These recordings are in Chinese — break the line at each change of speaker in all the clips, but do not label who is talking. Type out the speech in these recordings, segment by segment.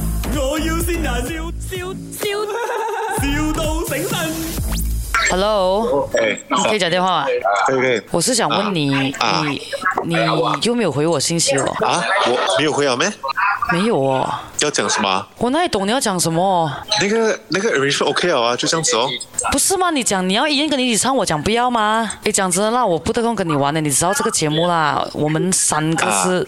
要先人，笑笑笑，,笑到醒 神。
Hello，
哎，
可以讲电话吗？啊
可以可以
我是想问你，
啊
你你有没有回我信息哦？
啊，我没有回好咩？
没有哦，
要讲什么啊？
我哪里懂你要讲什么？
那个那个 arrangement OK 了啊，就这样子哦。
不是吗？你讲你要一人跟你一起唱，我讲不要吗？哎，讲真的啦，我不得空跟你玩的，你知道这个节目啦，我们三个是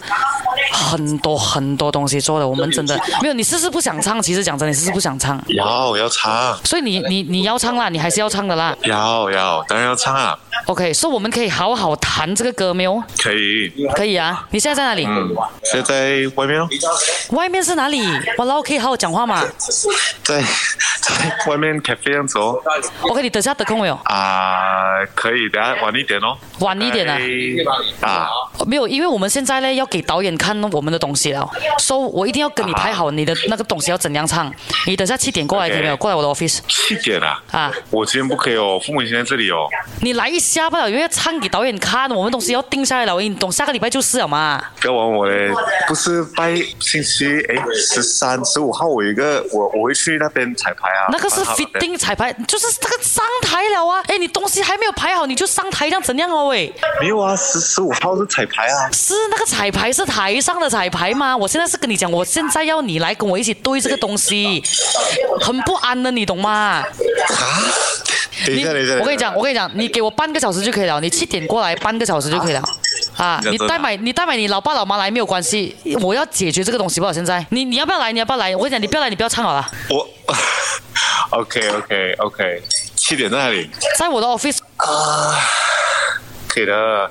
很多很多东西做的，我们真的没有你是不是不想唱？其实讲真的，你是不是不想唱？
哇，我要唱，
所以你你你要唱啦，你还是要唱的啦。
要要，当然要唱啊，
OK，所以我们可以好好谈这个歌没有？
可以。
可以啊。你现在在哪里？
嗯，现在在外面哦，
外面是哪里？我老可以好好讲话嘛。
在 在外面 cafe 这样子哦。
OK，你等下得空没有？
啊，可以，等下晚一点哦。
晚一点啊。
哎啊，
没有，因为我们现在呢要给导演看我们的东西了，所、以我一定要跟你排好你的那个东西要怎样唱。你等下七点过来
OK
可以没有？过来我的 office
七点啊。
啊，
我今天不可以哦，父母亲在这里哦。
你来一下不了，因为要唱给导演看，我们东西要定下来了，你懂？下个礼拜就是了嘛。
不要玩我嘞！不是拜星期哎十三十五号我有一个我我会去那边彩排啊。
那个是
蛮好的
fitting 彩排，就是这个上台了啊！哎，你东西还没有排好，你就上台，这样怎样哦？喂，
没有啊，十十五号是彩排啊。
是那个彩排是台上的彩排吗？我现在是跟你讲，我现在要你来跟我一起对这个东西，很不安的，你懂吗？
等一
你
下，等一下，
我跟你讲，我跟你讲，你给我半个小时就可以了，你七点过来，半个小时就可以了。啊，
你讲
你
真的
带买你带买你老爸老妈来没有关系，我要解决这个东西不好。现在你你要不要来？你要不要来？我跟你讲，你不要来，你不要唱好了，
我 OK OK OK，七点在那里，
在我的 office
可以的。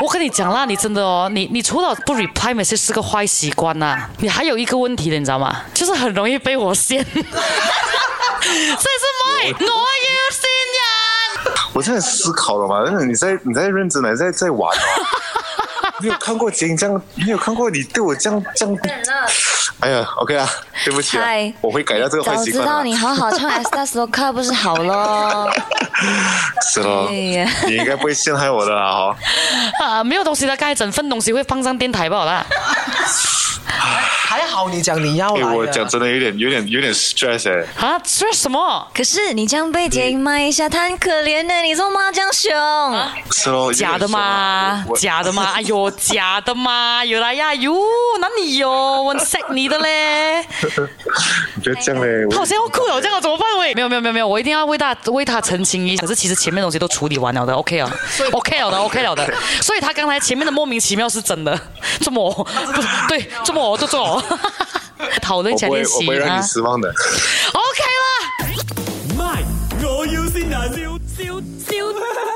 我跟你讲啦，你真的哦，你你除了不 reply message 是个坏习惯呐、你还有一个问题的，你知道吗？就是很容易被我先。 这是麦，我要先人。
我现在思考了嘛，但是你在你在认真的在在玩、哦。没有看过杰你这样，没有看过你对我这样这样，哎呀，OK 啦，对不起啊
嗨，
我会改掉这个坏
早
习
知
惯的啊
道
啦。
你好好唱 Estas Loca 不是好咯？
是咯，
哎呀
你应该不会陷害我的啦哈、哦。
啊，没有东西的，刚才整份东西会放上电台吧？好啦，
还好你讲你要
哎、
来
我
的
讲真的有点有点有点 stress 哎、
啊，这是什么？
可是你这样被杰英骂一下，他很可怜的，你做麻将熊。
是咯，有点
假的吗
爽啊？我
假的吗？哎呦，假的吗？有啦呀，哟，哪里有？我很识你的嘞，
你不要这样嘞，我
他好像要哭了，这样我怎么办喂？没有没有没有没有，我一定要为大为他澄清一下。可是其实前面的东西都处理完了的，OK 啊，OK 了的，OK 了的。所以他刚才前面的莫名其妙是真的，这么 我不是对，这么我就 做。讨论
我
一下
不会
练
我不会
习
让
啊
你失望的。
，OK 啦。
麦，我要先人，笑笑笑，